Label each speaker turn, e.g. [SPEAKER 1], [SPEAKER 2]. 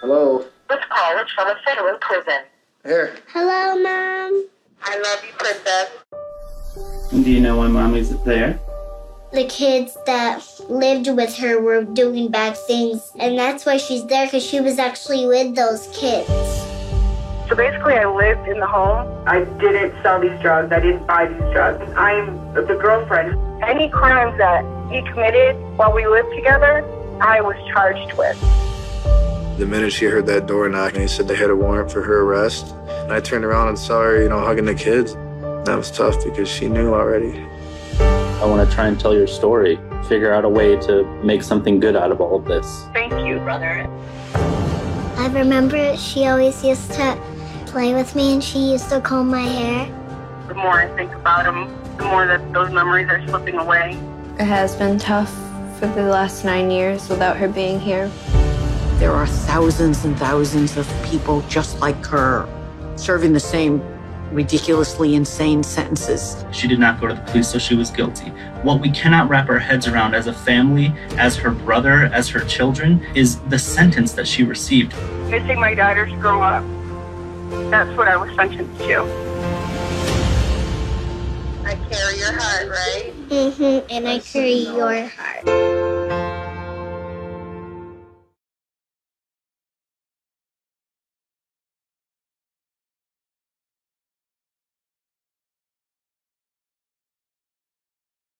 [SPEAKER 1] Hello.
[SPEAKER 2] This call is from a federal prison.
[SPEAKER 1] Here.
[SPEAKER 3] Hello, Mom.
[SPEAKER 2] I love you, princess.
[SPEAKER 4] Do you know why mommy's there?
[SPEAKER 3] The kids that lived with her were doing bad things, and that's why she's there because she was actually with those kids.
[SPEAKER 5] So basically, I lived in the home. I didn't sell these drugs. I didn't buy these drugs. I'm the girlfriend. Any crimes that he committed while we lived together, I was charged with.
[SPEAKER 1] The minute she heard that door knock, and he said they had a warrant for her arrest. And I turned around and saw her, you know, hugging the kids. That was tough because she knew already.
[SPEAKER 4] I want to try and tell your story, figure out a way to make something good out of all of this.
[SPEAKER 2] Thank you, brother.
[SPEAKER 3] I remember she always used to play with me, and she used to comb my hair.
[SPEAKER 2] The more I think about him, the more that those memories are slipping away.
[SPEAKER 6] It has been tough for the last nine years without her being here.
[SPEAKER 7] There are thousands and thousands of people just like her serving the same ridiculously insane sentences.
[SPEAKER 8] She did not go to the police, so she was guilty. What we cannot wrap our heads around as a family, as her brother, as her children, is the sentence that she received.
[SPEAKER 2] Missing my daughters grow up. That's what I was sentenced to. I carry your heart, right?
[SPEAKER 3] Mm-hmm. And I carry your heart.